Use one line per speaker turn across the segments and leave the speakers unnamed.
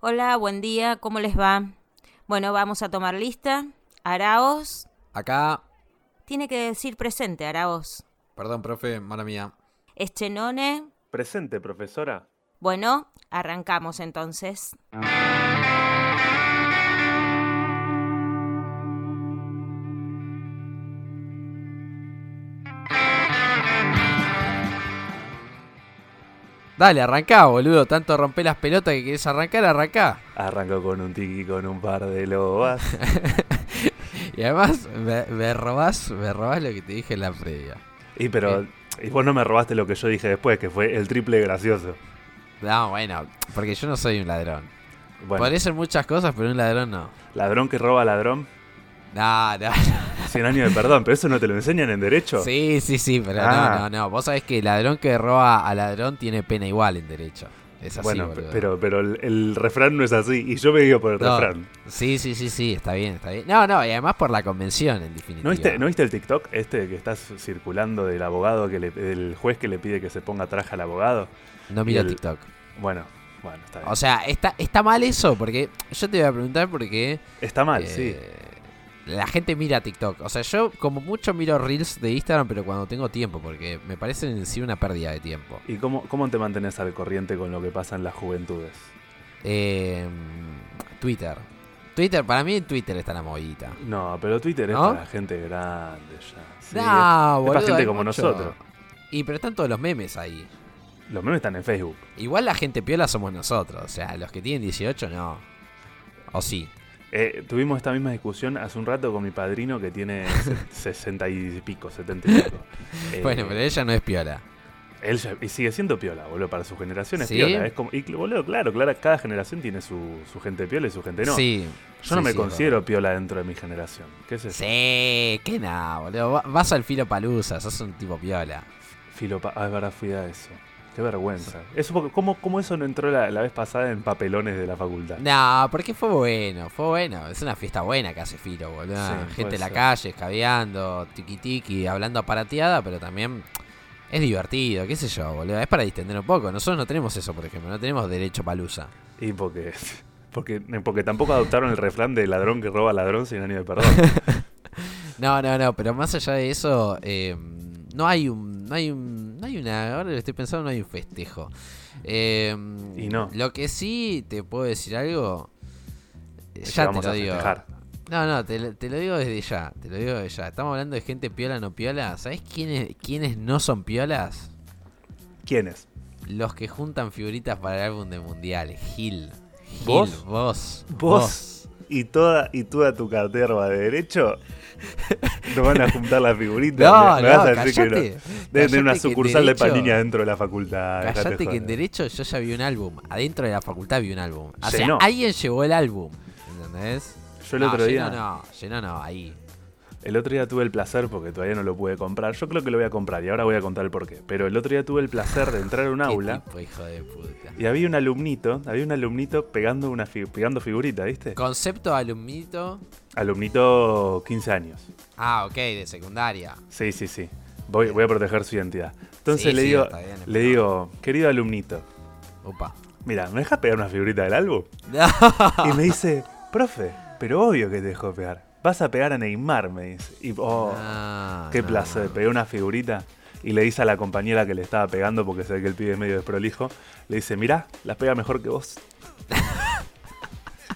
Hola, buen día, ¿cómo les va? Bueno, vamos a tomar lista. Araos.
Acá,
Tiene que decir presente, Araos.
perdón, profe, mala mía.
Eschenone.
Presente, profesora.
Bueno, arrancamos entonces.
Dale, arrancá, boludo. Tanto rompé las pelotas que querés arrancar, arrancá.
Arranco con un tiki con un par de lobas.
Y además, me, me robás, me robás lo que te dije en la previa.
y
Eh.
pero. Y vos no me robaste lo que yo dije después, que fue el triple gracioso.
No, bueno, porque yo no soy un ladrón.
Bueno,
Parecen muchas cosas, pero un ladrón no.
ladrón que roba a ladrón.
No, no,
100 años de perdón, pero eso no te lo enseñan en derecho.
Sí, sí, sí, pero
Ah.
no, no, no. Vos sabés que el ladrón que roba a ladrón tiene pena igual en derecho. Es así,
bueno,
boludo.
pero, pero el, el refrán no es así. Y yo me guío por el
No,
refrán.
Sí, sí, sí, sí, está bien, está bien. No, no, y además por la convención, en definitiva.
¿No viste, ¿No viste el TikTok este que estás circulando del abogado, que le- del juez que le pide que se ponga traje al abogado?
No miro
Y el-
TikTok.
Bueno, bueno, está bien.
O sea, está, está mal eso, porque yo te voy a preguntar por qué
está mal,
eh,
sí.
la gente mira TikTok. O sea, yo como mucho miro reels de Instagram, pero cuando tengo tiempo, porque me parece en sí una pérdida de tiempo.
¿Y cómo, cómo te mantenés al corriente con lo que pasa en las juventudes?
Eh, Twitter. Twitter, para mí en Twitter está la movida.
No, pero Twitter es
¿No?
para gente grande ya. Sí,
no,
es
boludo,
para gente
hay
como
mucho.
nosotros.
Y pero están todos los memes ahí.
es- Los memes están en Facebook.
Igual la gente piola somos nosotros. O sea, los que tienen 18 no. O sí.
Eh, tuvimos esta misma discusión hace un rato con mi padrino que tiene se- 60 y pico, 70 y pico. Eh,
Bueno, pero ella no es piola.
Él ya- y sigue siendo piola, boludo. Para su generación es
¿Sí?
piola. Es como, y boludo, claro, claro, cada generación tiene su, su gente piola y su gente no.
sí.
Yo no
Sí,
me
sí,
considero piola dentro de mi generación. ¿Qué es eso?
Sí, que nada, boludo. Va- Vas al filo palusa, sos un tipo piola.
Filopa. Ah, es verdad, fui a eso. Qué vergüenza. Eso, porque- ¿cómo, ¿Cómo eso no entró la, la vez pasada en papelones de la facultad?
No, porque fue bueno, fue bueno. Es una fiesta buena que hace Filo, boludo.
Sí,
Gente
puede
en la
ser.
calle, escabeando, tiki tiki, hablando aparateada, pero también es divertido, qué sé yo, boludo. Es para distender un poco. Nosotros no tenemos eso, por ejemplo, no tenemos derecho palusa.
Y porque, porque, porque tampoco adoptaron el refrán de ladrón que roba ladrón sin ánimo de perdón.
No, no, no, pero más allá de eso, eh, no hay un. No hay un. No hay una. Ahora lo estoy pensando, no hay un festejo. Eh,
Y no.
Lo que sí te puedo decir algo. eh,
Es que
Ya te
vamos
lo
a
digo.
festejar.
No, no, te, lo- te lo digo desde ya. Te lo digo desde ya. Estamos hablando de gente piola, no piola. ¿Sabés quiénes, quiénes no son piolas?
¿Quiénes?
Los que juntan figuritas para el álbum de mundial. Gil. Gil,
¿Vos?
Vos.
¿Vos? Y toda, y toda tu cartera va de derecho. No van a juntar las figuritas.
No,
me-
no,
me vas a decir que no.
callate.
Deben
Callate
tener una
que en
sucursal de
derecho-
panini dentro de la facultad. dejate
Callate que en
joder.
derecho yo ya vi un álbum. Adentro de la facultad vi un álbum. O sea,
Llenó.
alguien llevó el álbum. ¿Entendés?
Yo el
No,
otro día.
Llenó no, llenó no, ahí.
El otro día tuve el placer, porque todavía no lo pude comprar. Yo creo que lo voy a comprar y ahora voy a contar el porqué. Pero el otro día tuve el placer de entrar a un
Qué
aula
tipo, hijo de puta.
y había un alumnito, había un alumnito pegando una fi- pegando figurita, ¿viste?
Concepto de alumnito.
Alumnito 15 años.
Ah, ok, de secundaria.
Sí, sí, sí. Voy, voy a proteger su identidad. Entonces
Sí,
le
sí,
digo,
está bien,
le digo, querido alumnito,
Opa.
mira, ¿me dejas pegar una figurita del álbum?
No.
Y me dice, profe, pero obvio que te dejo pegar. Vas a pegar a Neymar, me dice. Y oh,
Ah,
qué
no,
placer, pegué una figurita. Y le dice a la compañera que le estaba pegando, porque se ve que el pibe es medio desprolijo, le dice, mirá, las pega mejor que vos.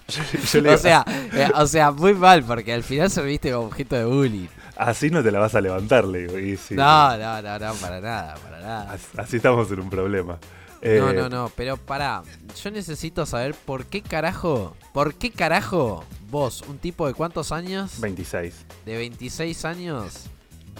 Yo- yo le
O
digo,
sea, eh, o sea, muy mal, porque al final serviste como objeto de bullying.
así no te la vas a levantar, le digo. Y sí,
No, no, no, no, para nada, para nada.
as- así estamos en un problema.
No,
Eh,
no, no, pero pará. Yo necesito saber por qué carajo, por qué carajo vos, un tipo de cuántos años,
26.
de 26 años,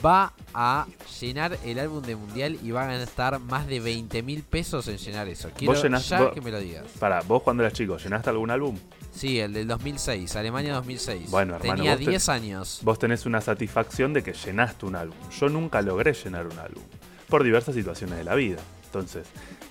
va a llenar el álbum de mundial y va a gastar más de 20 mil pesos en llenar eso. Quiero
llenás-
ya
vos-
que me lo digas.
Para, vos cuando eras chico, ¿llenaste algún álbum?
Sí, el del 2006, Alemania 2006.
Bueno, hermano,
Tenía
vos te-
10 años.
Vos tenés una satisfacción de que llenaste un álbum. Yo nunca logré llenar un álbum, por diversas situaciones de la vida. Entonces,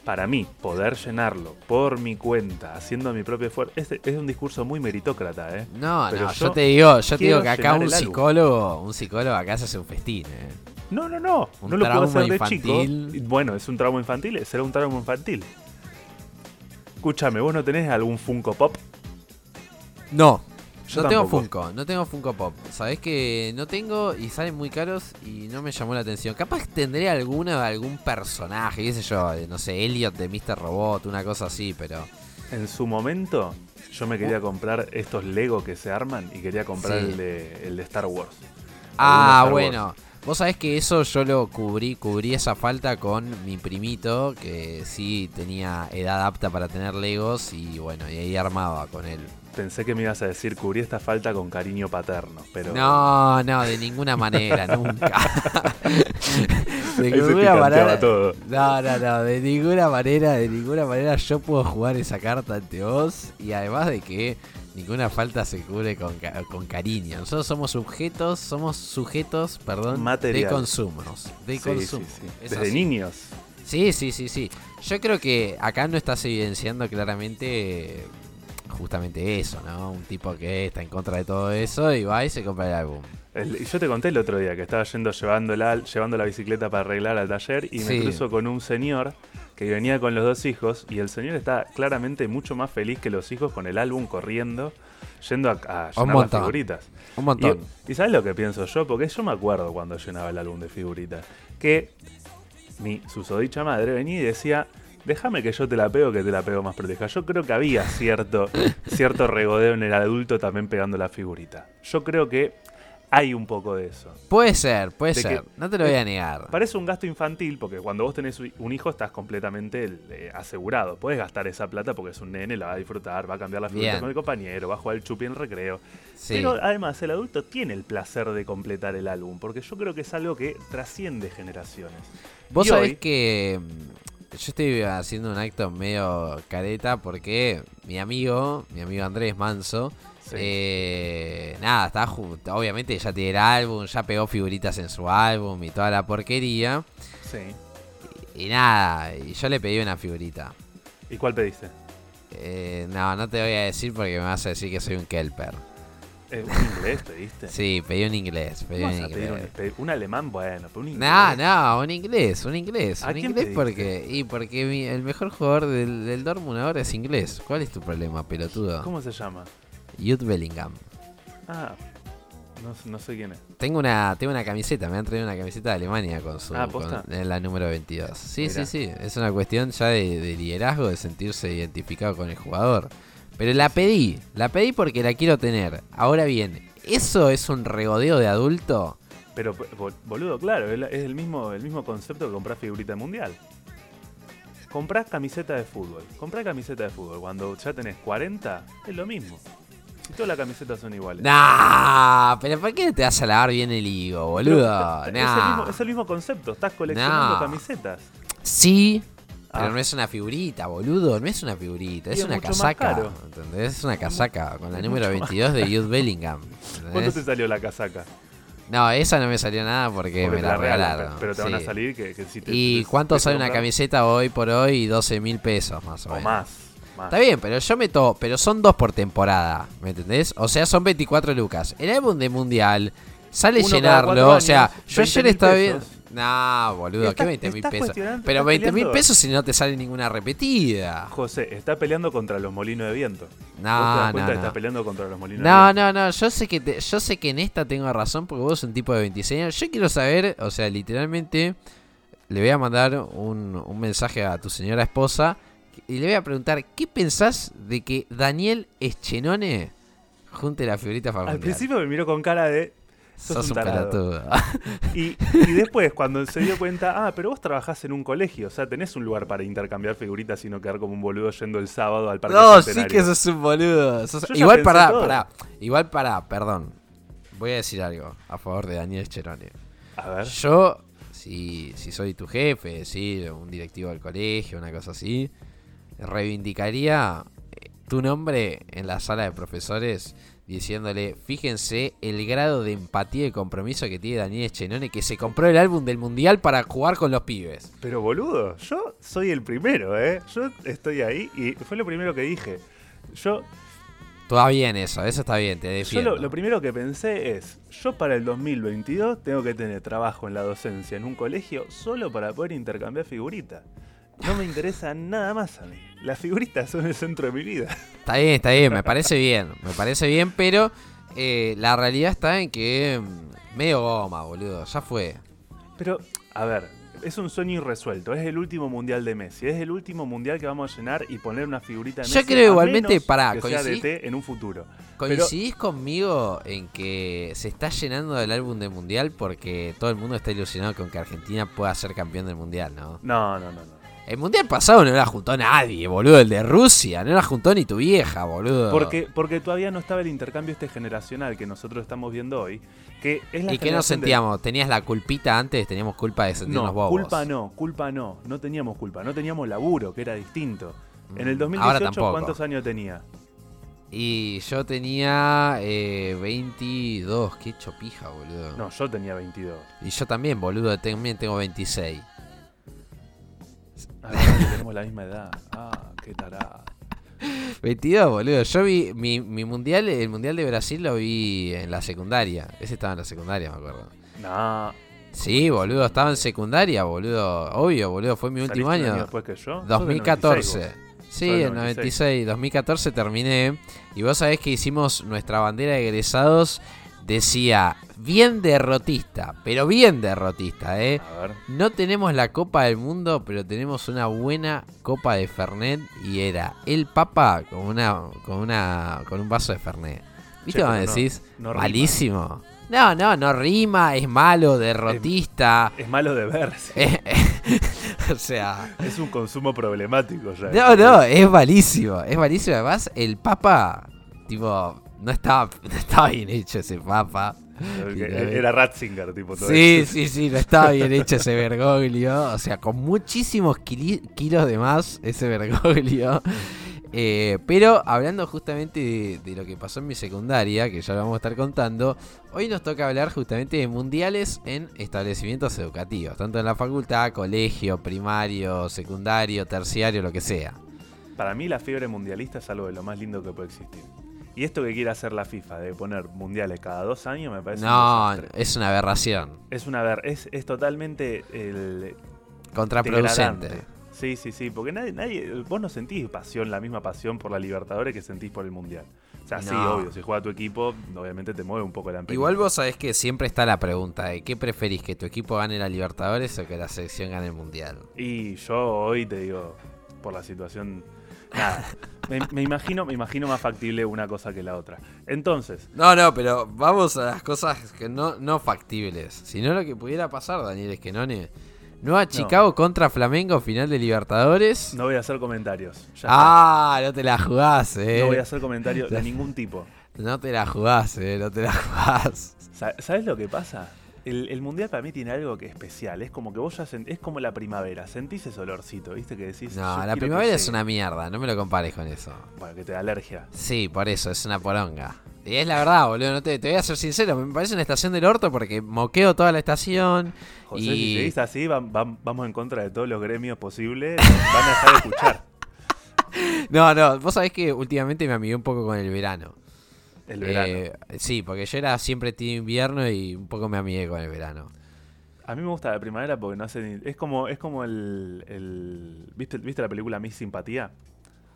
para mí, poder llenarlo por mi cuenta, haciendo mi propio esfuerzo, este es un discurso muy meritócrata, ¿eh?
No,
Pero
no, yo,
yo
te digo, yo te
quiero
digo que acá
llenar
un
el álbum.
psicólogo, un psicólogo acá se hace un festín, eh.
No, no, no,
Un
no lo puedo
trauma
hacer de
infantil.
chico. Y Bueno, es un trauma infantil, será un trauma infantil. Escúchame, ¿vos no tenés algún Funko Pop?
No.
Yo
no tengo
tampoco.
Funko, no tengo Funko Pop. Sabés que no tengo y salen muy caros y no me llamó la atención. Capaz tendré alguna de algún personaje, qué sé yo, de, no sé, Elliot de Mr. Robot, una cosa así, pero.
En su momento, yo me quería comprar estos Lego que se arman y quería comprar
Uh. Sí.
el, de, el de Star Wars.
Ah,
Star Wars.
bueno. Vos sabés que eso yo lo cubrí, cubrí esa falta con mi primito, que sí tenía edad apta para tener Legos y bueno, y ahí armaba con él.
Pensé que me ibas a decir, cubrí esta falta con cariño paterno, pero...
No, no, de ninguna manera, nunca. de
Ahí se picanteaba todo.
No, no, no, de ninguna manera, de ninguna manera yo puedo jugar esa carta ante vos y además de que ninguna falta se cubre con, ca- con cariño. Nosotros somos sujetos, somos sujetos, perdón, de
Material.
consumos, de
Sí,
consumo.
sí, sí.
Es
Desde
así.
niños.
Sí, sí, sí, sí. Yo creo que acá no estás evidenciando claramente eh, justamente eso, ¿no? Un tipo que está en contra de todo eso y va y se compra el álbum.
El- yo te conté el otro día que estaba yendo llevando la, llevando la bicicleta para arreglar al taller y
Sí.
me cruzo con un señor que venía con los dos hijos y el señor está claramente mucho más feliz que los hijos con el álbum corriendo, yendo a, a llenar las
montón.
figuritas.
Un
Y,
montón.
y ¿sabes lo que pienso yo? Porque yo me acuerdo cuando llenaba el álbum de figuritas que mi susodicha madre venía y decía... Déjame que yo te la pego, que te la pego más proteja. Yo creo que había cierto, cierto regodeo en el adulto también pegando la figurita. Yo creo que hay un poco de eso.
Puede ser, puede
de que- eh,
ser. No te lo voy a negar.
Parece un gasto infantil porque cuando vos tenés un hijo estás completamente eh, asegurado. Podés gastar esa plata porque es un nene, la va a disfrutar, va a cambiar la figurita
Bien.
con el compañero, va a jugar el chupi en el recreo.
Sí.
Pero ah, además el adulto tiene el placer de completar el álbum porque yo creo que es algo que trasciende generaciones.
Vos
y
sabés
hoy-
que mm, yo estoy haciendo un acto medio careta porque mi amigo, mi amigo Andrés Manso,
Sí.
eh, nada, está justo. Obviamente ya tiene el álbum, ya pegó figuritas en su álbum y toda la porquería.
Sí.
Y nada, y yo le pedí una figurita.
¿Y cuál pediste?
Eh, no, no te voy a decir porque me vas a decir que soy un kelper.
Eh, ¿Un inglés pediste?
Sí, pedí un inglés, pedí un
¿Cómo vas a pedir un,
inglés.
pe- un alemán? Bueno, pero un inglés.
No, no, un inglés, un inglés,
¿A
un
quién
inglés
pediste?
porque y porque mi- el mejor jugador del, del Dortmund ahora es inglés. ¿Cuál es tu problema, pelotudo?
¿Cómo se llama?
Jude Bellingham.
Ah, no, no sé quién es.
Tengo una tengo una camiseta, me han traído una camiseta de Alemania con su
Ah,
con-
¿posta?
en la número 22. Sí,
Mirá.
sí, sí, es una cuestión ya de, de liderazgo, de sentirse identificado con el jugador. Pero la pedí, la pedí porque la quiero tener. Ahora bien, ¿eso es un regodeo de adulto?
Pero, bo- boludo, claro, es la- es el mismo, el mismo concepto que comprar figurita mundial. Comprás camiseta de fútbol. Comprás camiseta de fútbol. Cuando ya tenés 40, es lo mismo. Si todas las camisetas son iguales.
Nah, pero ¿por qué no te vas a lavar bien el higo,
Pero
boludo?
es, el
Nah.
mismo, es el mismo concepto. Estás coleccionando
Nah.
camisetas.
Sí,
Ah.
pero no es una figurita, boludo. No es una figurita,
Y
es,
es
una
mucho más
casaca.
caro.
¿Entendés? Es una casaca con la número 22 de Jude Bellingham.
¿Cuánto
¿entendés?
te salió la casaca?
No, esa no me salió nada porque,
Porque
me
te
la
regalan,
regalaron.
Pero te van a
sí.
salir que, que si te.
¿Y
te-
cuánto
te
sale una
compras-
camiseta hoy por hoy? 12 mil pesos más o
O
menos.
más. más.
Está bien, pero yo meto, pero son dos por temporada, ¿me entendés? O sea, son 24 lucas. El álbum de Mundial sale
Uno cada cuatro
llenarlo, o
años,
sea, yo
20.000
ayer estaba viendo...
pesos.
Nah, boludo, ¿qué
Estás-
20 mil
estás
pesos?
cuestionando,
Pero
estás
20 mil
peleando.
pesos si no te sale ninguna repetida.
José, está peleando contra los molinos de viento. ¿Vos te
Ah, No,
das
no,
cuenta que estás
no.
peleando contra los molinos de
No,
viento?
no, no, yo sé que te- yo sé que en esta tengo razón porque vos sos un tipo de 26 años. Yo quiero saber, o sea, literalmente le voy a mandar un, un mensaje a tu señora esposa y le voy a preguntar, ¿qué pensás de que Daniel Eschenone junte la figurita para el
Al
mundial?
principio me miró con cara de. sos
sos
un
un
tarado.
pelotudo.
Y, y después, cuando se dio cuenta, ah, pero vos trabajás en un colegio, o sea, tenés un lugar para intercambiar figuritas y no quedar como un boludo yendo el sábado al parque.
No, sí
Centenario.
que sos un boludo. sos-
Yo ya
Igual
pensé
para,
todo.
para, igual para, perdón. Voy a decir algo a favor de Daniel Eschenone.
A ver,
Yo, si, si soy tu jefe, si un directivo del colegio, una cosa así, reivindicaría eh, tu nombre en la sala de profesores diciéndole, fíjense el grado de empatía y compromiso que tiene Daniel Chenone que se compró el álbum del Mundial para jugar con los pibes.
pero boludo, yo soy el primero, ¿eh? Yo estoy ahí y fue lo primero que dije. Yo,
Todo bien eso, eso está bien, te
yo
defiendo.
lo, lo primero que pensé es, yo para el 2022 tengo que tener trabajo en la docencia en un colegio solo para poder intercambiar figuritas. No me interesa nada más a mí. Las figuritas son el centro de mi vida.
Está bien, está bien, me parece bien. Me parece bien, pero eh, la realidad está en que mm, medio goma, boludo. Ya fue.
Pero, a ver, es un sueño irresuelto. Es el último mundial de Messi. Es el último mundial que vamos a llenar y poner una figurita de
Yo
Messi.
creo
a
igualmente,
menos
pará,
que sea
coincidí-
DT en un futuro.
¿Coincidís conmigo en que se está llenando el álbum del mundial porque todo el mundo está ilusionado con que Argentina pueda ser campeón del mundial, no?
No, no, no, no.
El mundial pasado no la juntó nadie, boludo. El de Rusia, no la juntó ni tu vieja, boludo.
Porque, porque todavía no estaba el intercambio este generacional que nosotros estamos viendo hoy. Que es la
¿Y qué nos
generación de-
sentíamos? ¿Tenías la culpita antes? ¿Teníamos culpa de sentirnos
No,
bobos?
culpa no, culpa no. No teníamos culpa, no teníamos laburo, que era distinto. En el
Mm,
2018,
ahora tampoco.
¿cuántos años tenía?
Y yo tenía eh, 22. Qué chopija, boludo.
No, yo tenía 22.
Y yo también, boludo. También tengo 26.
Ah, tenemos la misma edad. Ah, qué tarada.
22, boludo. Yo vi mi, mi mundial, el mundial de Brasil lo vi en la secundaria. Ese estaba en la secundaria, me acuerdo.
No.
Sí, boludo, estaba en secundaria, boludo. Obvio, boludo, fue mi último
¿saliste un
año.
después que yo? Sos del
2014.
96 vos. Sos
Sí,
del
en
96.
96, 2014 terminé. Y vos sabés que hicimos nuestra bandera de egresados. Decía, bien derrotista, pero bien derrotista, ¿eh?
A ver.
No tenemos la Copa del Mundo, pero tenemos una buena Copa de Fernet. Y era el Papa con, una, con, una, con un vaso de Fernet. ¿Viste
Che,
cómo
pero no-
decís?
no rima.
Malísimo. No, no, no rima, es malo, derrotista.
Es malo de ver. sí.
o sea...
Es un consumo problemático ya.
No, no, es malísimo, es malísimo. Además, el Papa, tipo, no estaba, no estaba bien hecho ese Papa.
Porque Era Ratzinger, tipo. todo
Sí,
eso.
sí, sí, no estaba bien hecho ese Bergoglio. O sea, con muchísimos kili- kilos de más ese Bergoglio. Eh, pero hablando justamente de, de lo que pasó en mi secundaria, que ya lo vamos a estar contando, hoy nos toca hablar justamente de mundiales en establecimientos educativos, tanto en la facultad, colegio, primario, secundario, terciario, lo que sea.
Para mí la fiebre mundialista es algo de lo más lindo que puede existir. Y esto que quiere hacer la FIFA de poner mundiales cada dos años me parece
No,
un desastre.
es una aberración.
Es una ver, es, es totalmente el
Contraproducente.
degradante. Sí, sí, sí, porque nadie, nadie, vos no sentís pasión, la misma pasión por la Libertadores que sentís por el Mundial. O sea, sí,
No.
obvio, si juega tu equipo, obviamente te mueve un poco la
Igual vos sabés que siempre está la pregunta de qué preferís, que tu equipo gane la Libertadores o que la selección gane el Mundial.
Y yo hoy te digo, por la situación. Nada. Me, me imagino, me imagino más factible una cosa que la otra. Entonces,
No, no, pero vamos a las cosas que no, no factibles. Sino lo que pudiera pasar, Daniel Esquenone. Nueva Chicago contra Flamengo, final de Libertadores.
no voy a hacer comentarios. Ya está.
ah, no te la jugás, eh.
No
No,
voy a hacer comentarios de ningún tipo.
te la jugás, eh, no te la jugás.
Sa- ¿Sabes lo que pasa? El, el mundial para mí tiene algo que es especial. Es como que vos ya sent- es como la primavera. Sentís ese olorcito, ¿viste? Que decís. "Yo
No,
quiero
la
que
primavera es
llegue".
una mierda, no me lo compares con eso.
Bueno, que te da alergia.
Sí, por eso, es una poronga. Y es la verdad, boludo, no te, te voy a ser sincero, me parece una estación del orto porque moqueo toda la estación.
José, si
y...
seguís así, van- van- vamos en contra de todos los gremios posibles. nos Van a dejar de escuchar.
No, no, vos sabés que últimamente me amigué un poco con el verano.
El verano.
Eh, sí, porque yo era siempre tío invierno y un poco me amigué con el verano.
A mí me gusta la primavera porque no hace ni- Es como, es como el. el- ¿viste, ¿Viste la película Mi Simpatía?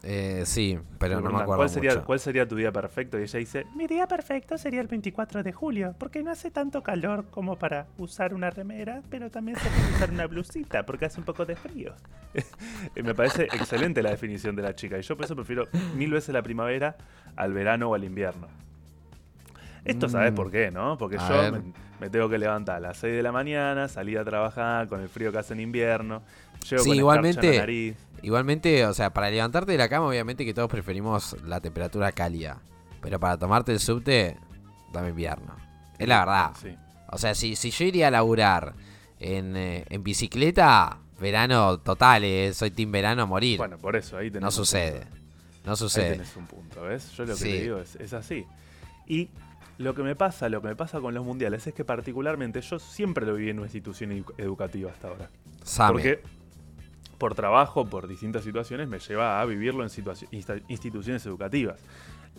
Eh, sí, pero
Le
no me
preguntan,
acuerdo
¿cuál sería,
mucho.
¿Cuál sería tu día perfecto? Y ella dice, mi día perfecto sería el 24 de julio, porque no hace tanto calor como para usar una remera, pero también se puede usar una blusita, porque hace un poco de frío. Y me parece excelente la definición de la chica, y yo por eso prefiero mil veces la primavera al verano o al invierno. Esto sabes
Mm.
por qué, ¿no? Porque
A
yo
ver.
me, me tengo que levantar a las 6 de la mañana, salir a trabajar con el frío que hace en invierno, llego
Sí,
con escarcha en la
igualmente,
nariz.
Igualmente, o sea, para levantarte de la cama, obviamente que todos preferimos la temperatura cálida. Pero para tomarte el subte, dame invierno. Es la verdad.
Sí.
O sea, si, si yo iría a laburar en, eh, en bicicleta, verano total, eh, soy team verano a morir.
Bueno, por eso ahí
no
tenemos un
sucede. No
Ahí
sucede.
tenés un punto, ¿ves? Yo lo que
Sí.
te digo es, es así. Y lo que me pasa, lo que me pasa con los mundiales es que particularmente yo siempre lo viví en una institución edu- educativa hasta ahora.
Same.
Porque por trabajo, por distintas situaciones, me lleva a vivirlo en situaci- insta- instituciones educativas.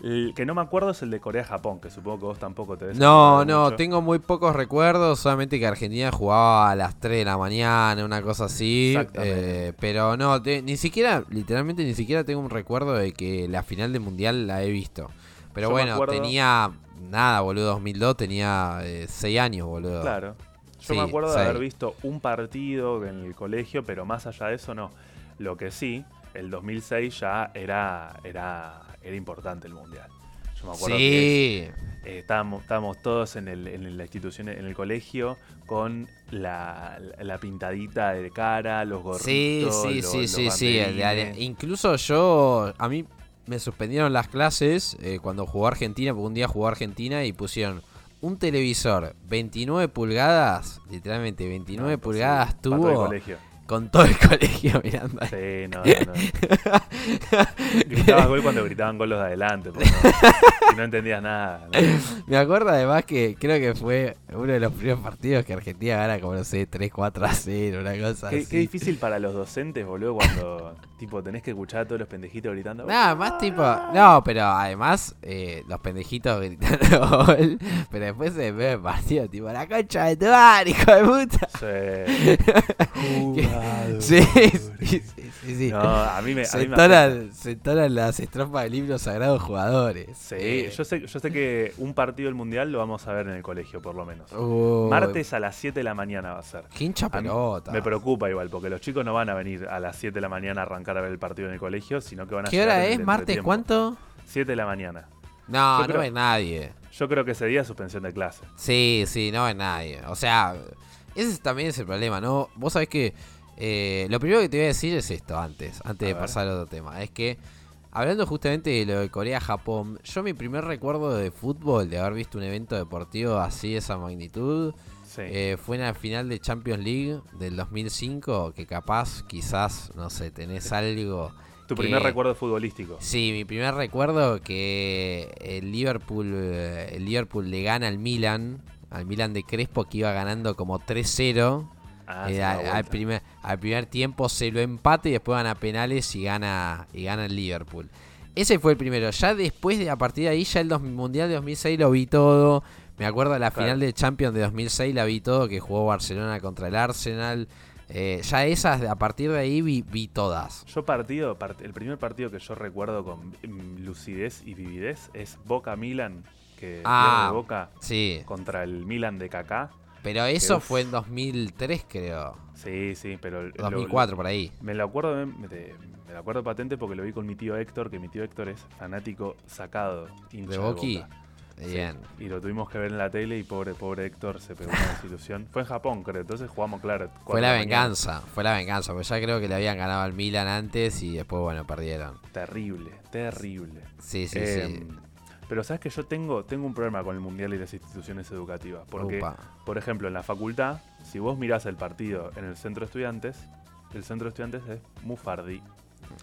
El que no me acuerdo es el de Corea-Japón, que supongo que vos tampoco te des
No,
acordar
no,
mucho.
tengo muy pocos recuerdos, solamente que Argentina jugaba a las 3 de la mañana, una cosa así.
Exactamente.
eh, pero no, te- ni siquiera, literalmente ni siquiera tengo un recuerdo de que la final del Mundial la he visto. Pero
Yo me
bueno,
acuerdo-
tenía, nada, boludo, 2002 tenía 6 años, boludo.
Claro. Yo
Sí,
me acuerdo de haber
sí.
visto un partido en el colegio, pero más allá de eso no. Lo que sí, el 2006 ya era, era, era importante el Mundial. Yo me acuerdo que
sí,
eh, estábamos, estábamos todos en, el, en la institución, en el colegio, con la, la- la pintadita de cara, los
sí,
gorritos,
sí,
los-
sí,
los
sí, sí. el de
banderines.
Ale- Incluso yo, a mí me suspendieron las clases eh, cuando jugó Argentina, porque un día jugó Argentina y pusieron un televisor 29 pulgadas, literalmente 29
No,
pulgadas
imposible. Para todo el
tuvo,
colegio.
con todo el colegio mirando. ahí.
Sí, no, no, no. Gritabas gol cuando gritaban gol los de adelante, porque no, y no entendías nada. ¿no?
Me acuerdo además que creo que fue uno de los primeros partidos que Argentina gana como, no sé, 3-4 a 0, una cosa
Qué,
así.
qué difícil para los docentes, boludo, cuando tipo tenés que escuchar a todos los pendejitos gritando.
Nada, más tipo. No, pero además, eh, los pendejitos gritando gol. Pero después se ve el partido, tipo, la concha de tu madre, hijo de puta.
Sí. Jugadores.
Sí, sí, sí. sí, sí.
No, a mí me. a
se,
mí me afecta.
entonan, se entonan las estrofas del libro sagrado jugadores.
Sí,
Eh,
yo sé, yo sé que un partido del mundial lo vamos a ver en el colegio, por lo menos.
Uh. uy,
Martes a las 7 de la mañana va a ser.
qué hincha
A mí
pelota.
Me preocupa igual, porque los chicos no van a venir a las 7 de la mañana a arrancar a ver el partido en el colegio, sino que van a
¿Qué
llegar
hora
en el
es? ¿Martes
entretiempo.
cuánto?
7 de la mañana.
No,
Yo
no
creo-
es nadie.
Yo creo que ese día es suspensión de clase.
Sí, sí, no es nadie. O sea, ese es- también es el problema, ¿no? Vos sabés que eh, lo primero que te voy a decir es esto antes, antes
A
de
ver.
pasar a otro tema. Es que, hablando justamente de lo de Corea-Japón, yo mi primer recuerdo de fútbol, de haber visto un evento deportivo así de esa magnitud,
Sí.
eh, fue en la final de Champions League del 2005, que capaz, quizás, no sé, tenés algo...
tu primer
que-
recuerdo futbolístico.
Sí, mi primer recuerdo que el Liverpool, eh, el Liverpool le gana al Milan, al Milan de Crespo que iba ganando como 3-0.
Ah,
eh,
se da
al, al
vuelta.
primer, al primer tiempo se lo empate y después van a penales y gana, y gana el Liverpool. Ese fue el primero. Ya después, de, a partir de ahí, ya el dos- Mundial de 2006 lo vi todo. Me acuerdo de la
Claro.
final de Champions de 2006 la vi todo, que jugó Barcelona contra el Arsenal. Eh, ya esas, a partir de ahí, vi, vi todas.
Yo partido, part- el primer partido que yo recuerdo con mm, lucidez y vividez es Boca Milan, que
Ah.
pierde Boca
Sí.
contra el Milan de Kaká.
Pero eso
Uf.
fue en 2003, creo.
Sí, sí, pero el- lo-
2004, por ahí.
me lo acuerdo, de- de- me lo acuerdo patente porque lo vi con mi tío Héctor, que mi tío Héctor es fanático sacado, hincha
¿De
de
Boqui?
Boca. Sí,
Bien.
Y lo tuvimos que ver en la tele y pobre, pobre Héctor se pegó una desilusión. Fue en Japón, creo, entonces jugamos claro.
Fue
cuatro
la
de mañana.
venganza, fue la venganza, porque ya creo que le habían ganado al Milan antes y después, bueno, perdieron.
Terrible, terrible.
Sí, sí,
Em, Pero sabes que yo tengo, tengo un problema con el mundial y las instituciones educativas.
sí.
Porque,
Upa.
por ejemplo, en la facultad, si vos mirás el partido en el centro de estudiantes, el centro de estudiantes es Mufardi.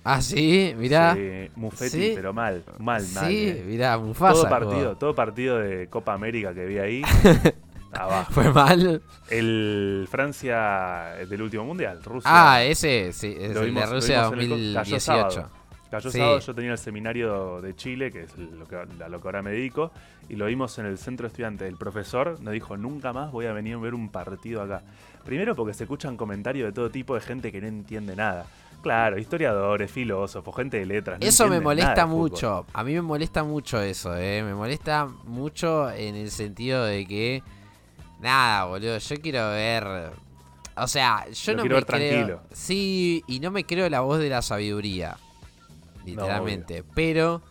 Ah, sí, mirá. Sí,
Sí, Muffetti,
Sí.
pero mal, mal, mal. eh.
mirá, Mufasa.
Todo
jugó.
partido, todo partido de Copa América que vi ahí. abajo.
¿Fue mal?
El Francia del último mundial, Rusia.
Ah, ese, sí, es
Lo
el
vimos-
de
lo
Rusia
vimos en el co- cayó
2018.
sábado. Cayó
Sí.
sábado, yo tenía el seminario de Chile, que es lo que, a lo que ahora me dedico, y lo vimos en el centro estudiante. El profesor nos dijo, nunca más voy a venir a ver un partido acá. Primero porque se escuchan comentarios de todo tipo de gente que no entiende nada. Claro, historiadores, filósofos, gente de letras. no
Eso me
entienden
molesta
nada de fútbol.
mucho. A mí me molesta mucho eso, ¿eh? Me molesta mucho en el sentido de que. Nada, boludo, yo quiero ver. O sea, yo
Lo
no
quiero
me
ver
creo.
tranquilo.
Sí, y no me creo la voz de la sabiduría. Literalmente. Pero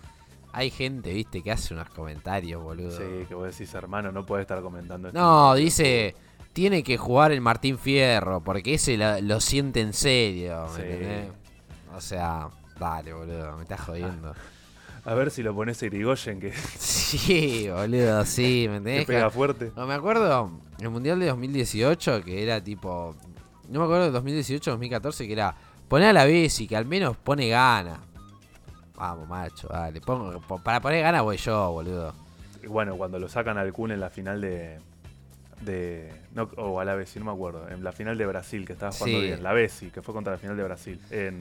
hay gente, viste, que hace unos comentarios, boludo.
Sí, que vos decís, hermano, no puedes estar comentando esto.
No, dice. Tiene que jugar el Martín Fierro, porque ese la- lo, siente en serio, ¿me
Sí.
entendés? O sea, dale, boludo, me estás jodiendo.
A ver si lo pones a Irigoyen, que,
Sí, boludo, sí, ¿me
que
entendés?
pega fuerte.
No, me acuerdo el Mundial de 2018 que era tipo. No me acuerdo de 2018-2014 que era. Poné a la bici, que al menos pone gana. Vamos, macho, dale. pongo- po- para poner gana voy yo, boludo.
Y bueno, cuando lo sacan al Kun en la final de... de. No, o a la Bessi, no me acuerdo. En la final de Brasil, que estaba jugando
Sí.
bien. La Bessi, que fue contra la final de Brasil. En,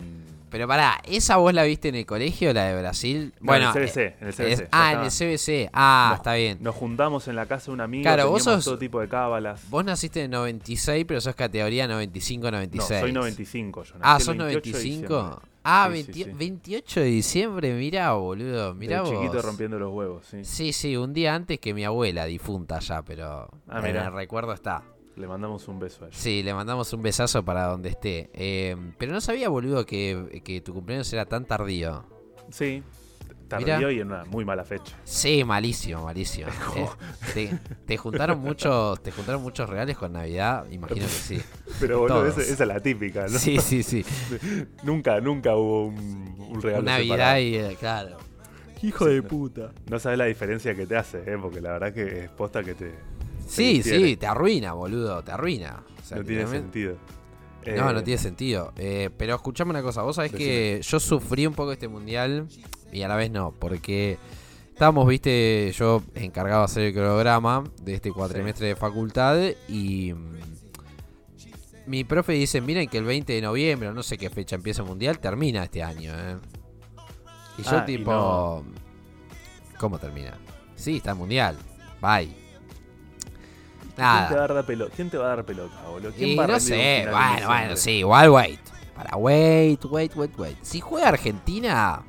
Pero pará, ¿esa vos la viste en el colegio, la de Brasil?
No,
bueno,
en el CBC. En el CBC
es-
ya
ah, en
estaba.
el CBC. Ah,
No.
está bien.
Nos juntamos en la casa de un amigo.
Claro, vos sos-
teníamos todo tipo de cábalas.
Vos naciste en 96, pero sos categoría 95-96.
No, soy 95. Yo nací
Ah,
el
sos
28 de diciembre.
95. Ah,
Sí,
20
sí, sí.
28 de diciembre, mirá, boludo,
De
mirá vos.
chiquito rompiendo los huevos, sí.
Sí, sí, un día antes que mi abuela, difunta ya, pero
Ah,
en
mirá.
el recuerdo está.
Le mandamos un beso a ella.
Sí, le mandamos un besazo para donde esté. Eh, pero no sabía, boludo, que, que tu cumpleaños era tan tardío.
Sí. Tardío
Mirá.
y en una muy mala fecha.
Sí, malísimo, malísimo. Eh, te, te juntaron muchos, te juntaron muchos reales con Navidad, imagino que sí.
Pero bueno,
Todos.
esa, esa es la típica, ¿no?
Sí, sí, sí.
Nunca, nunca hubo un, un regalo
Navidad
separado.
y eh, claro.
Hijo de puta.
No sabes la diferencia que te hace, ¿eh? Porque la verdad que es posta que te...
Sí,
difiere.
sí, te arruina, boludo, te arruina. O sea,
no tiene
literalmente-
sentido.
No,
Eh,
no tiene sentido. Eh, pero escuchame una cosa, vos sabés
Decime.
que yo sufrí un poco este mundial y a la vez no, porque estábamos, viste, yo encargado de hacer el cronograma de este cuatrimestre de facultad y mm, mi profe dice, miren que el 20 de noviembre, o no sé qué fecha empieza el mundial, termina este año. ¿eh?". Y yo
Ah, y
tipo,
no.
¿cómo termina? Sí, está el mundial. Bye.
¿Quién
Nada.
te va a dar la pelota? ¿Quién te va a dar pelota, boludo? ¿Quién
Y
va a
no
rendir un
sé,
final en
bueno,
diciembre?
bueno, sí, igual wait. Para wait, wait, wait, wait. Si juega Argentina,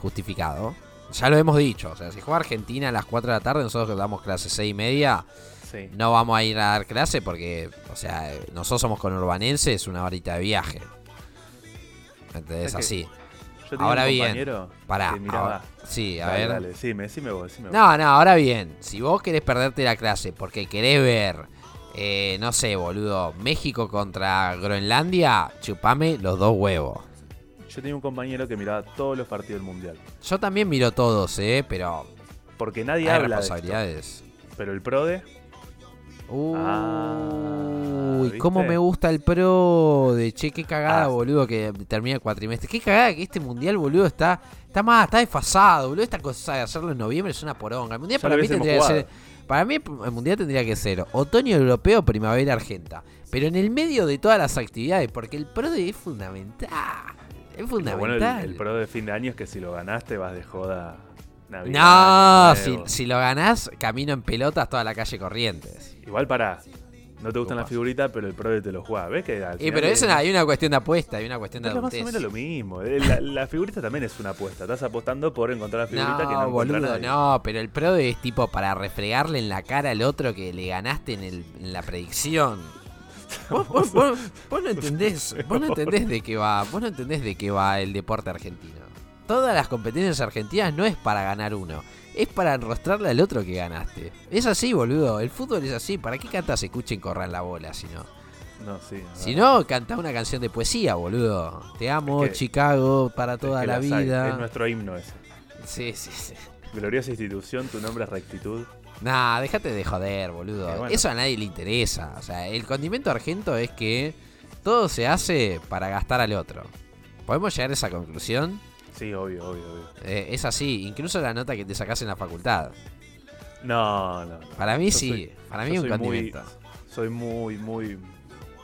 justificado. Ya lo hemos dicho, o sea, si juega Argentina a las 4 de la tarde, nosotros que damos clase 6 y media,
Sí.
no vamos a ir a dar clase porque, o sea, eh, nosotros somos conurbanenses, una horita de viaje. Entonces,
Es que-
así.
Yo tenía
Ahora
un
bien,
compañero
Pará.
que miraba-
ahora- sí, a
Dale,
ver.
Dale, decime, decime vos, decime vos.
No, no, ahora bien, si vos querés perderte la clase porque querés ver, eh, no sé, boludo, México contra Groenlandia, chupame los dos huevos.
Yo tenía un compañero que miraba todos los partidos del mundial.
Yo también miro todos, eh, pero
Porque
hay
nadie habla de esto.
responsabilidades.
Pero el PRODE,
Uy,
Ah, ¿viste?
cómo me gusta el pro de che, qué cagada,
Ah.
boludo, que termina el cuatrimestre. Qué cagada que este mundial, boludo, está, está más, está desfasado, boludo. Esta cosa de hacerlo en noviembre es una poronga. El mundial
Ya
para
lo
mí
hubiésemos
tendría que ser. Para mí el mundial tendría que ser otoño europeo, primavera argenta. Pero en el medio de todas las actividades, porque el pro de es fundamental. Es
lo
fundamental.
bueno, el, el PRODE de fin de año es que si lo ganaste vas de joda. Navidad,
No,
Año
si,
Nuevo.
si lo ganás, camino en pelotas toda la calle Corrientes.
Igual pará. No te gustan las
pasa.
figuritas, pero el PRODE te lo juega. ¿Ves que al
Y
final
pero
es,
eso hay una cuestión de apuesta, hay una cuestión de
es lo más o
adultez.
menos lo mismo. Eh, La, la figurita también es una apuesta. Estás apostando por encontrar la figurita que no
No,
encuentra
boludo,
nadie.
no, pero el pro es tipo para refregarle en la cara al otro que le ganaste en, el- en la predicción. Vos, vos- vos- vos no entendés, vos no entendés de qué va, vos no entendés de qué va el deporte argentino. Todas las competencias argentinas no es para ganar uno, es para enrostrarle al otro que ganaste. Es así, boludo, el fútbol es así, ¿para qué cantas escuchen corran la bola si no?
No, sí. es
Si
verdad.
no, cantá una canción de poesía, boludo. Te amo,
Es que-
Chicago, para
Es
toda
que
la
las hay.
vida.
Es nuestro himno ese.
Sí, sí, sí.
Gloriosa institución, tu nombre es rectitud.
Nah, déjate de joder, boludo.
Eh, bueno.
Eso a nadie le interesa. O sea, el condimento argento es que todo se hace para gastar al otro. ¿Podemos llegar a esa conclusión?
Sí, obvio, obvio, obvio.
Eh, es así, incluso la nota que te sacas en la facultad.
No, no. no.
Para mí
Yo
sí,
soy-
para
yo
mí es un
soy muy-
condimento.
Soy muy, muy,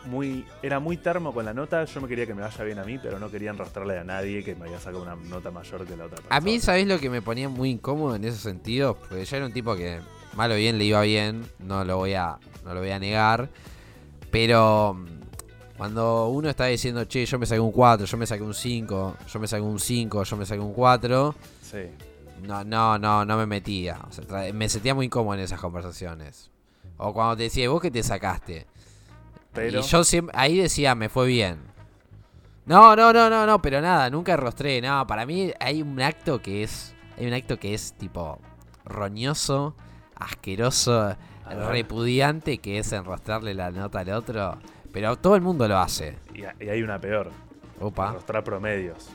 muy. Era muy termo con la nota. Yo me quería que me vaya bien a mí, pero no quería enrostrarle a nadie que me había sacado una nota mayor que la otra.
A mí,
persona.
¿sabés lo que me ponía muy incómodo en ese sentido? Porque yo era un tipo que, mal o bien, le iba bien, no lo voy a, no lo voy a negar. Pero mm, cuando uno está diciendo, che, yo me saqué un 4, yo me saqué un 5, yo me saqué un 5, yo me saqué un 4,
Sí.
no, no, no, no me metía. O sea, tra- me sentía muy incómodo en esas conversaciones. O cuando te decía, ¿vos qué te sacaste?
Pero.
Y yo siempre, ahí decía, me fue bien. No, no, no, no, no, pero nada, nunca rostré, nada. Para mí hay un acto que es, hay un acto que es tipo roñoso, asqueroso,
A ver.
repudiante, que es enrostrarle la nota al otro. Pero todo el mundo lo hace.
Y, ha- y hay una peor.
Opa.
Enrostrar promedios.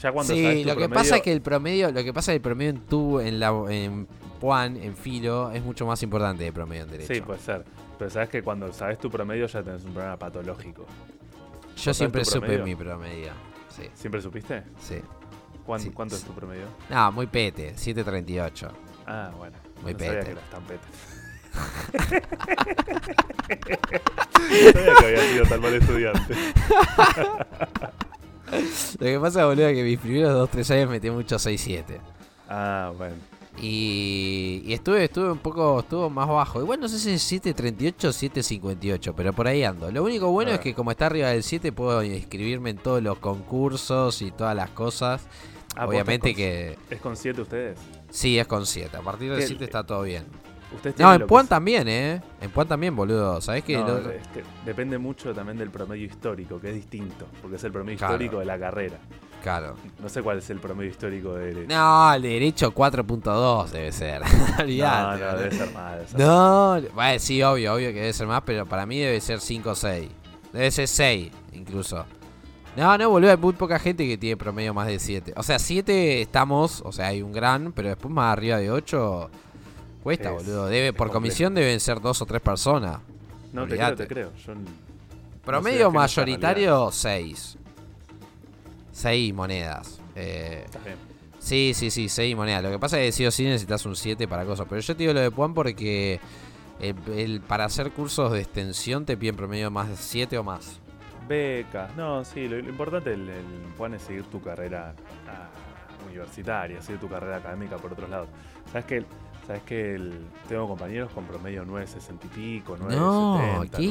Ya cuando sabes
Sí,
tu
lo que
promedio-
pasa es que el promedio, lo que pasa es que el promedio en tu, en la, en Juan, en filo, es mucho más importante que el promedio en derecho.
Sí, pues, puede ser. Pero sabes que cuando sabes tu promedio ya tenés un problema patológico.
Yo
¿vos sabés
siempre
tu
supe
promedio?
mi promedio. Sí,
¿Siempre supiste?
sí.
¿Cuán-
Sí,
¿Cuánto
sí.
es tu promedio?
No, muy pete, 738.
Ah, bueno.
Muy
no sabía
pete.
que eras tan pete. Sabía que había sido tan mal estudiante.
Lo que pasa, boludo, es que mis primeros 2-3 años metí mucho 6-7.
Ah, bueno.
Y, y estuve, estuve un poco, estuvo más bajo. Igual no sé si es 7.38 o 7.58, pero por ahí ando. Lo único bueno
Ah.
es que como está arriba del 7 puedo inscribirme en todos los concursos y todas las cosas.
Ah, vos
Obviamente
estás con-
que
¿Es con 7 ustedes?
sí, es con 7. A partir del
Que-
7 está todo bien.
Ustedes tienen
No, en
lo que
Puan
se-
también, ¿eh? En Puan también, boludo. ¿Sabés que
No,
el otro-
es que depende mucho también del promedio histórico, que es distinto, porque es el promedio
Claro.
histórico de la carrera.
Claro.
No sé cuál es el promedio histórico de derecho.
No, el derecho 4.2 debe ser.
no,
Olvidate,
no,
boludo.
debe ser más. debe ser más.
No, bueno, sí, obvio, obvio que debe ser más, pero para mí debe ser 5 o 6. Debe ser 6, incluso. No, no, boludo, hay muy poca gente que tiene promedio más de 7. O sea, 7 estamos, o sea, hay un gran, pero después más arriba de 8 cuesta,
Es-
boludo. Debe,
es
por
complejo.
comisión deben ser 2 o 3 personas.
No, te creo,
olvidate.
te creo. Yo n-
Promedio
No sé, es que no está
mayoritario, 6. 6 monedas. Eh,
está bien.
Sí, sí, sí, 6 monedas. Lo que pasa es que sí o sí necesitas un 7 para cosas. Pero yo te digo lo de Puan porque el- el- para hacer cursos de extensión te piden promedio más de 7 o más.
Becas. No, sí, lo, lo importante el, el Juan es seguir tu carrera ah, universitaria, seguir tu carrera académica por otros lados. ¿Sabes que ¿Sabes que el- tengo compañeros con promedio 960 y pico, 970,
¿qué?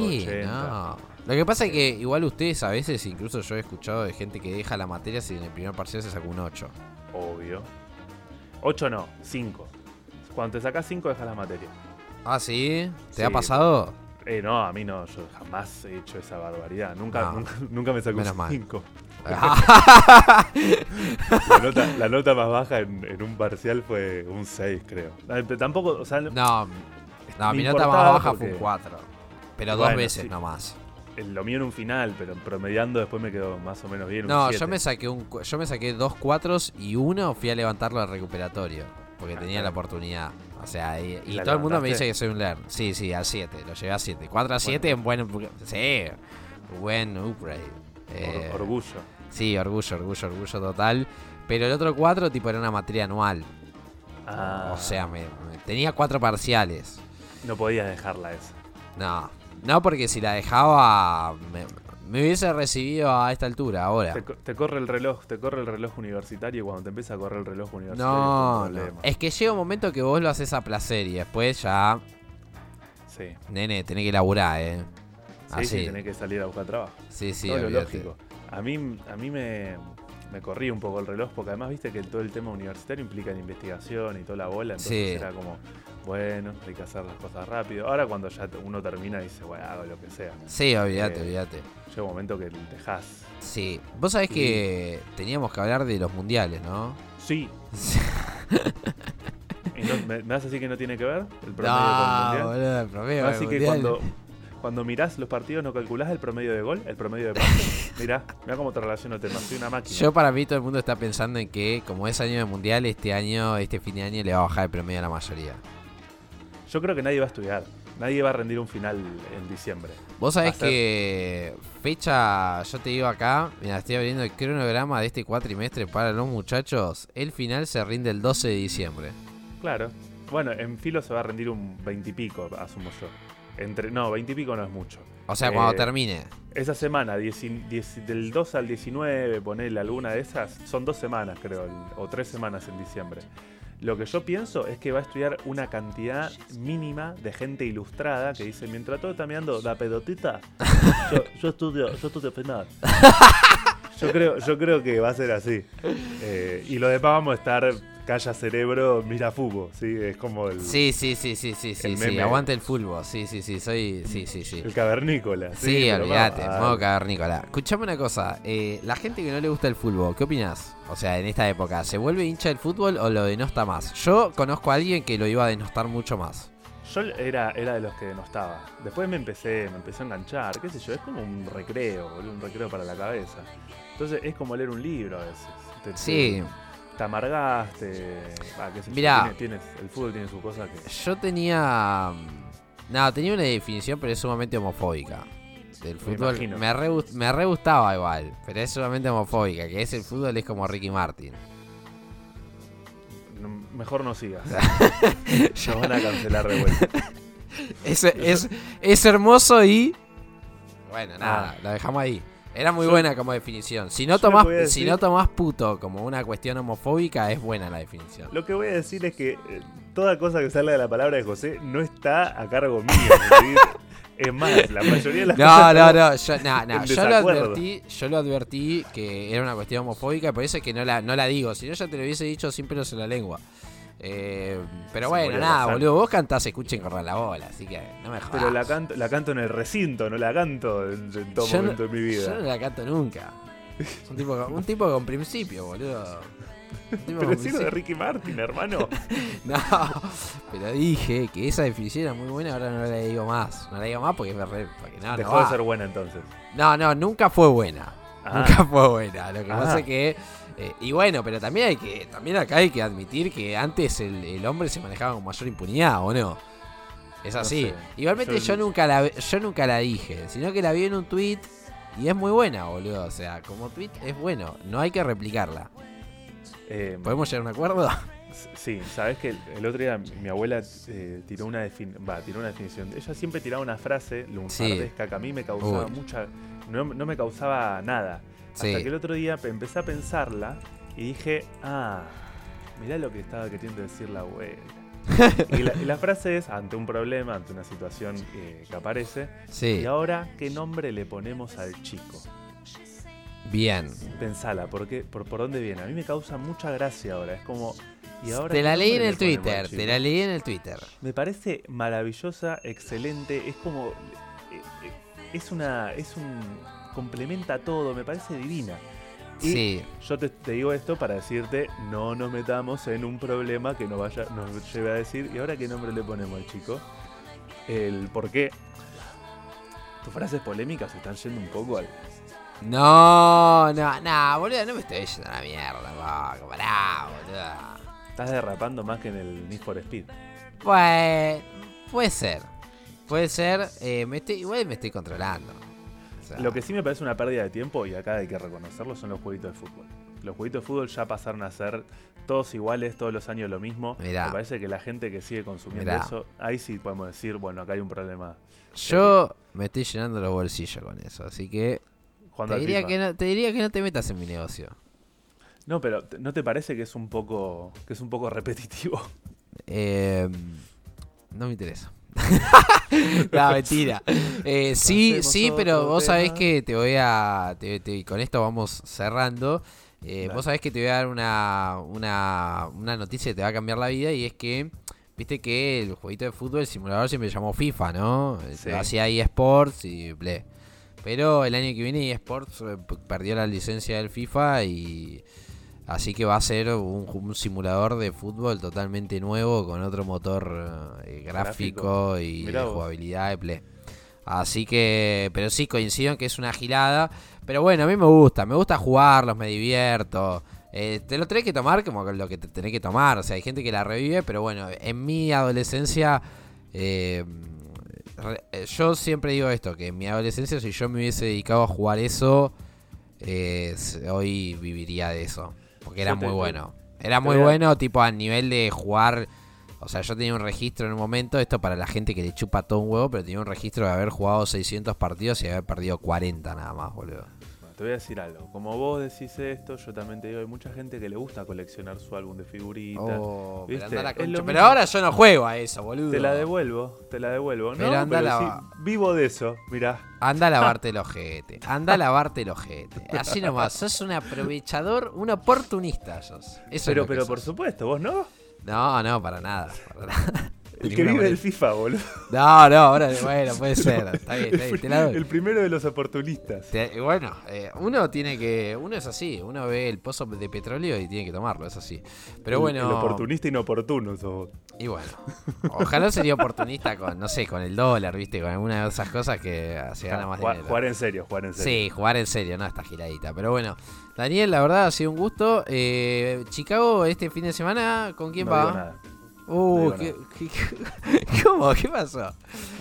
980?
No. Lo que pasa es que igual ustedes a veces, incluso yo he escuchado de gente que deja la materia si en el primer parcial se sacó un 8.
Obvio. 8 no, 5. Cuando te sacas 5 dejas las materias.
Ah, ¿sí? ¿Te
Sí.
ha pasado?
Eh, no, a mí no, yo jamás he hecho esa barbaridad. Nunca,
No.
nunca, nunca me sacó
Menos
un
mal.
5.
Ah,
La nota, la nota más baja en, en un parcial fue un 6, creo. Ah, pero Tampoco, o sea,
no, no
Me
mi nota
importaba
más baja fue un
porque-
4. Pero dos
Bueno,
veces
sí.
nomás.
el- lo mío en un final, pero promediando después me quedó más o menos bien. un
No, yo
siete.
me saqué un cu- yo me saqué dos cuatros y uno fui a levantarlo al recuperatorio. Porque
Ah,
tenía
claro.
la oportunidad. O sea, y, y
¿La
todo el mundo me dice
levantaste?
que soy un learn. Sí, sí, al 7. Lo llevé a 7. 4 a 7 en buen. Sí. Buen upgrade. Eh,
Or- orgullo.
sí, orgullo, orgullo, orgullo total. Pero el otro 4 tipo era una materia anual.
Ah,
O sea, me- me- tenía cuatro parciales.
no podías dejarla esa.
No. No, porque si la dejaba. Me, me hubiese recibido a esta altura ahora.
Te, co- te corre el reloj, te corre el reloj universitario y cuando te empieza a correr el reloj universitario es
No, Eh.
un
no.
problema.
Es que llega un momento que vos lo haces a placer y después ya,
Sí.
nene, tenés que laburar, ¿eh?
Sí,
Así.
sí, tenés que salir a buscar trabajo.
Sí, sí,
todo lo
olvídate.
lógico. A mí, a mí me, me corrí un poco el reloj, porque además viste que todo el tema universitario implica la investigación y toda la bola, entonces
Sí.
era como, bueno, hay que hacer las cosas rápido. Ahora cuando ya te- uno termina dice, bueno, hago lo que sea.
Sí, olvídate,
Eh.
olvídate.
Llega un momento que dejás.
Sí. Vos sabés que teníamos que hablar de los mundiales, ¿no?
Sí. Y no- ¿Me, me vas a decir que no tiene que ver el promedio con el
no,
mundial?
boludo, el promedio.
Así
del
que
mundial.
cuando, cuando mirás los partidos no calculás el promedio de gol, el promedio de pase. mirá, mirá cómo te relaciono el tema, soy una máquina.
Yo para mí todo el mundo está pensando en que como es año de mundial, este año, este fin de año le va a bajar el promedio a la mayoría.
Yo creo que nadie va a estudiar. Nadie va a rendir un final en diciembre.
Vos
Va
sabés
a ser-
que fecha, yo te digo acá, mira, estoy abriendo el cronograma de este cuatrimestre para los muchachos. El final se rinde el 12 de diciembre.
Claro. Bueno, en filo se va a rendir un 20 y pico, asumo yo. Entre, no, 20 y pico no es mucho.
O sea,
Eh,
cuando termine.
Esa semana, 10 10 del 2 al 19, ponele alguna de esas, son dos semanas creo, el- o tres semanas en diciembre. Lo que yo pienso es que va a estudiar una cantidad mínima de gente ilustrada que dice, mientras todo está mirando la pedotita, yo, yo estudio, yo estudio penal. Yo creo, yo creo que va a ser así. Eh, y lo demás vamos a estar calla cerebro, mira fútbol, ¿sí? Es como el,
Sí, sí, sí, sí, sí, sí, sí.
meme.
Aguante el fútbol. Sí, sí, sí, soy. Sí, sí, sí.
el cavernícola.
Sí,
Pero
olvídate,
vamos a-
modo cavernícola. Escuchame una cosa, eh, la gente que no le gusta el fútbol, ¿qué opinás? O sea, en esta época, ¿se vuelve hincha del fútbol o lo denosta más? Yo conozco a alguien que lo iba a denostar mucho más.
Yo era, era de los que denostaba. Después me empecé, me empecé a enganchar, qué sé yo, es como un recreo, boludo, un recreo para la cabeza. Entonces es como leer un libro a veces. Te,
Sí,
Te, te amargás, te. ah, qué sé yo,
Mirá.
Tienes, tienes- el fútbol tiene su cosa que.
Yo tenía. mm, No, tenía una definición, pero es sumamente homofóbica. Del fútbol.
imagino.
Me, re, gust- me re gustaba igual, pero es sumamente homofóbica. Que es el fútbol, es como Ricky Martin.
no- mejor no sigas. Nos van a cancelar de vuelta.
Es, es- es hermoso y. Bueno, nada, la dejamos ahí. Era muy
Ah. Yo-
buena como definición. Si no,
yo le
tomás,
voy a
si
decir-
no tomás puto como una cuestión homofóbica, es buena la definición.
Lo que voy a decir es que eh, toda cosa que salga de la palabra de José no está a cargo mío. es decir, Es más, la mayoría de las
No,
cosas
no,
estamos-
no, yo, no, no,
en
yo lo
desacuerdo.
advertí, yo lo advertí que era una cuestión homofóbica, por eso es que no la, no la digo, si no ya te lo hubiese dicho sin pelos en la lengua. Eh, pero
Se
bueno,
murió
nada,
Roxana.
boludo, vos cantás escuchen correr la bola, así que no me jodas.
Pero la canto, la canto en el recinto, no la canto en, en todo
Yo no-
momento de mi vida.
Yo no la canto nunca. Es Un tipo, con- un tipo con principio, boludo. Un tipo
Pero
con
si lo de
principio.
Ricky Martin, hermano.
No, pero dije que esa definición era muy buena, ahora no la digo más. No la digo más porque me re- porque Ah, no, no
Dejó
va.
de ser buena entonces.
no, no, nunca fue buena.
Ah,
Nunca fue buena. Lo que
Ah.
pasa es que. eh, y bueno, pero también hay que. También acá hay que admitir que antes el, el hombre se manejaba con mayor impunidad, ¿o no? Es
No
así.
sé.
Igualmente
Yo-
yo, nunca la yo nunca la dije, sino que la vi en un tweet y es muy buena, boludo. O sea, como tweet es bueno, no hay que replicarla.
eh,
¿Podemos llegar a un acuerdo?
S- Sí, sabes que el, el otro día mi abuela eh, tiró, una defin- va, tiró una definición. Ella siempre tiraba una frase lunfardesca que a mí me causaba
Uy.
mucha. No, no me causaba nada.
Sí.
Hasta que el otro día pe- empecé a pensarla y dije, ah, mirá lo que estaba queriendo decir la abuela. y, la, y la frase es: ante un problema, ante una situación eh, que aparece.
Sí.
Y ahora, ¿qué nombre le ponemos al chico?
Bien.
Pensala, porque, por, ¿por dónde viene? A mí me causa mucha gracia ahora. Es como. ¿y ahora
Te la
qué
leí en
nombre
el
le ponemos al
Twitter, te
chico?
la leí en el Twitter.
Me parece maravillosa, excelente, es como. eh, eh, Es una. Es un. complementa todo, me parece divina. Y
Sí.
Yo te, te digo esto para decirte, no nos metamos en un problema que nos vaya, nos lleve a decir, ¿y ahora qué nombre le ponemos al chico? El por qué. Tus frases polémicas están yendo un poco al.
No, no, no, boludo, no me estoy yendo a la mierda, loco, pará, boludo.
Estás derrapando más que en el Need for Speed.
Pues puede ser. Puede ser. eh, me estoy, igual me estoy controlando. O sea,
Lo que sí me parece una pérdida de tiempo, y acá hay que reconocerlo, son los jueguitos de fútbol. Los jueguitos de fútbol ya pasaron a ser todos iguales, todos los años lo mismo.
Mirá.
Me parece que la gente que sigue consumiendo
Mirá.
eso, ahí sí podemos decir, bueno, acá hay un problema.
Yo me estoy llenando los bolsillos con eso. Así que
Cuando
te diría que, no, te diría que no te metas en mi negocio.
No, pero t- ¿no te parece que es un poco, que es un poco repetitivo?
Eh, no me interesa. no, mentira. Eh, sí,
Pasemos
sí,
a
pero
otro
vos
tema.
sabés que te voy a. te- te- con esto vamos cerrando. Eh,
Dale.
Vos sabés que te voy a dar una, una, una noticia que te va a cambiar la vida y es que. Viste que el jueguito de fútbol, el simulador siempre llamó FIFA, ¿no? Eh,
Sí.
Lo hacía eSports y ble. Pero el año que viene eSports eh, p- perdió la licencia del FIFA y Así que va a ser un, ju- un simulador de fútbol totalmente nuevo con otro motor eh, gráfico,
Gráfico.
y de
Mirá vos.
jugabilidad de play. Así que, pero sí coincido en que es una gilada. Pero bueno, a mí me gusta, me gusta jugarlos, me divierto. Eh, te lo tenés que tomar como lo que te tenés que tomar. O sea, hay gente que la revive, pero bueno, en mi adolescencia, eh, re- eh, yo siempre digo esto: que en mi adolescencia, si yo me hubiese dedicado a jugar eso, eh, s- hoy viviría de eso. Porque era
Yo te-
muy
te-
bueno. Era
te
muy
voy a-
bueno, tipo a nivel de jugar. O sea, yo tenía un registro en un momento, esto para la gente que le chupa todo un huevo, pero tenía un registro de haber jugado 600 partidos y haber perdido 40 nada más, boludo.
Bueno, te voy a decir algo. Como vos decís esto, yo también te digo, hay mucha gente que le gusta coleccionar su álbum de figuritas.
Oh, pero,
¿viste?
anda la
Es lo
concha.
mismo.
Pero ahora yo no juego a eso, boludo.
Te la devuelvo, te la devuelvo.
Pero
no,
anda
pero
la-
sí, vivo de eso, mirá.
Anda a lavarte el ojete. Anda a lavarte el ojete. Así nomás, sos un aprovechador, un oportunista sos. Eso es
pero
lo que
pero por
sos.
supuesto, vos no.
No, no, para nada. para nada.
El
De
que
ninguna
vive del
manera.
FIFA, boludo.
No, no, ahora, bueno, puede ser. Está bien, está bien. Te la doy.
El primero de los oportunistas.
Te- y bueno, eh, uno tiene que. Uno es así, uno ve el pozo de petróleo y tiene que tomarlo, es así. Pero
El-
bueno.
El oportunista inoportuno sos vos.
Y bueno. Ojalá sería oportunista con, no sé, con el dólar, ¿viste? Con alguna de esas cosas que eh, se gana más
Ju-
dinero.
Jugar en serio, jugar en serio.
Sí, jugar en serio, no esta giradita. Pero bueno, Daniel, la verdad ha sido un gusto. Eh, Chicago, este fin de semana, ¿con quién
no
va?
digo nada.
Uh,
No digo
¿qué- qué- ¿cómo? ¿Qué pasó?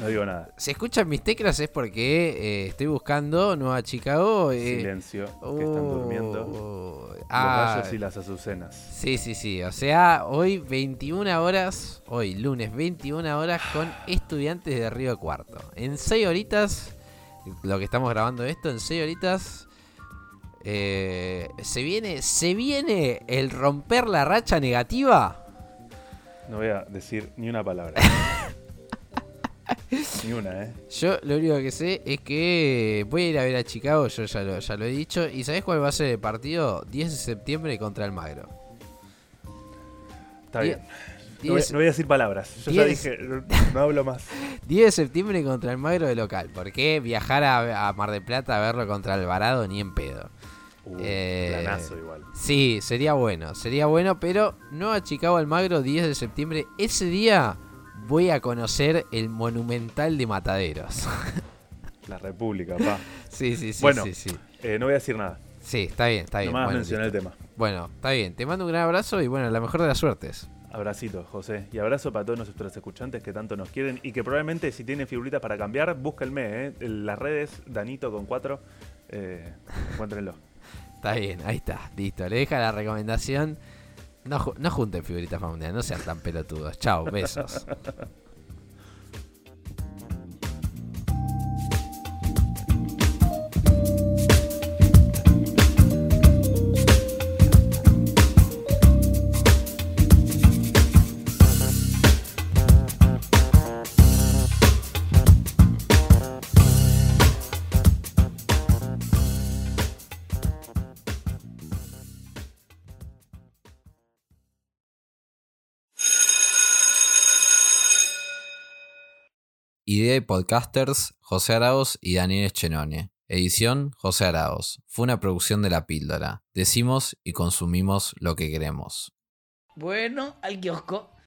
No digo nada.
Si escuchan mis teclas es porque eh, estoy buscando Nueva Chicago. eh,
Silencio, que están
oh,
durmiendo.
Ah.
Los gallos y las azucenas.
Sí, sí, sí. O sea, hoy 21 horas, hoy lunes 21 horas con estudiantes de Río Cuarto. En 6 horitas, lo que estamos grabando esto, en 6 horitas eh, se viene se viene el romper la racha negativa.
No voy a decir ni una palabra. ni una, ¿eh?
Yo lo único que sé es que voy a ir a ver a Chicago, yo ya lo, ya lo he dicho. ¿Y sabés cuál va a ser el partido? 10 de septiembre contra el Magro.
Está
Die-
bien. No voy,
10
no voy a decir palabras. Yo ya
diez-
dije, no- no hablo más.
10 de septiembre contra el Magro de local. ¿Por qué viajar a, a Mar del Plata a verlo contra Alvarado ni en pedo?
Uh,
Eh,
planazo igual.
Sí, sería bueno, sería bueno, pero no a Chicago al Magro 10 de septiembre. Ese día voy a conocer el Monumental de Mataderos.
La República, pa.
sí, sí, sí,
Bueno.
sí, sí.
Eh, no voy a decir nada.
Sí, está bien, está bien.
Nomás
bueno,
mencioné
listo.
el tema.
Bueno, está bien. Te mando un gran abrazo y bueno, la mejor de las suertes.
Abracito, José. Y abrazo para todos nuestros escuchantes que tanto nos quieren y que probablemente si tienen figuritas para cambiar, búsquenme, ¿eh? En las redes, Danito con 4. Eh, encuéntrenlo.
Está bien, ahí está. Listo, le deja la recomendación. No, ju- no junten figuritas familiares, no sean tan pelotudos. Chao, besos. Idea y podcasters José Araos y Daniel Eschenone. Edición José Araos. Fue una producción de La Píldora. Decimos y consumimos lo que queremos.
Bueno, al kiosco.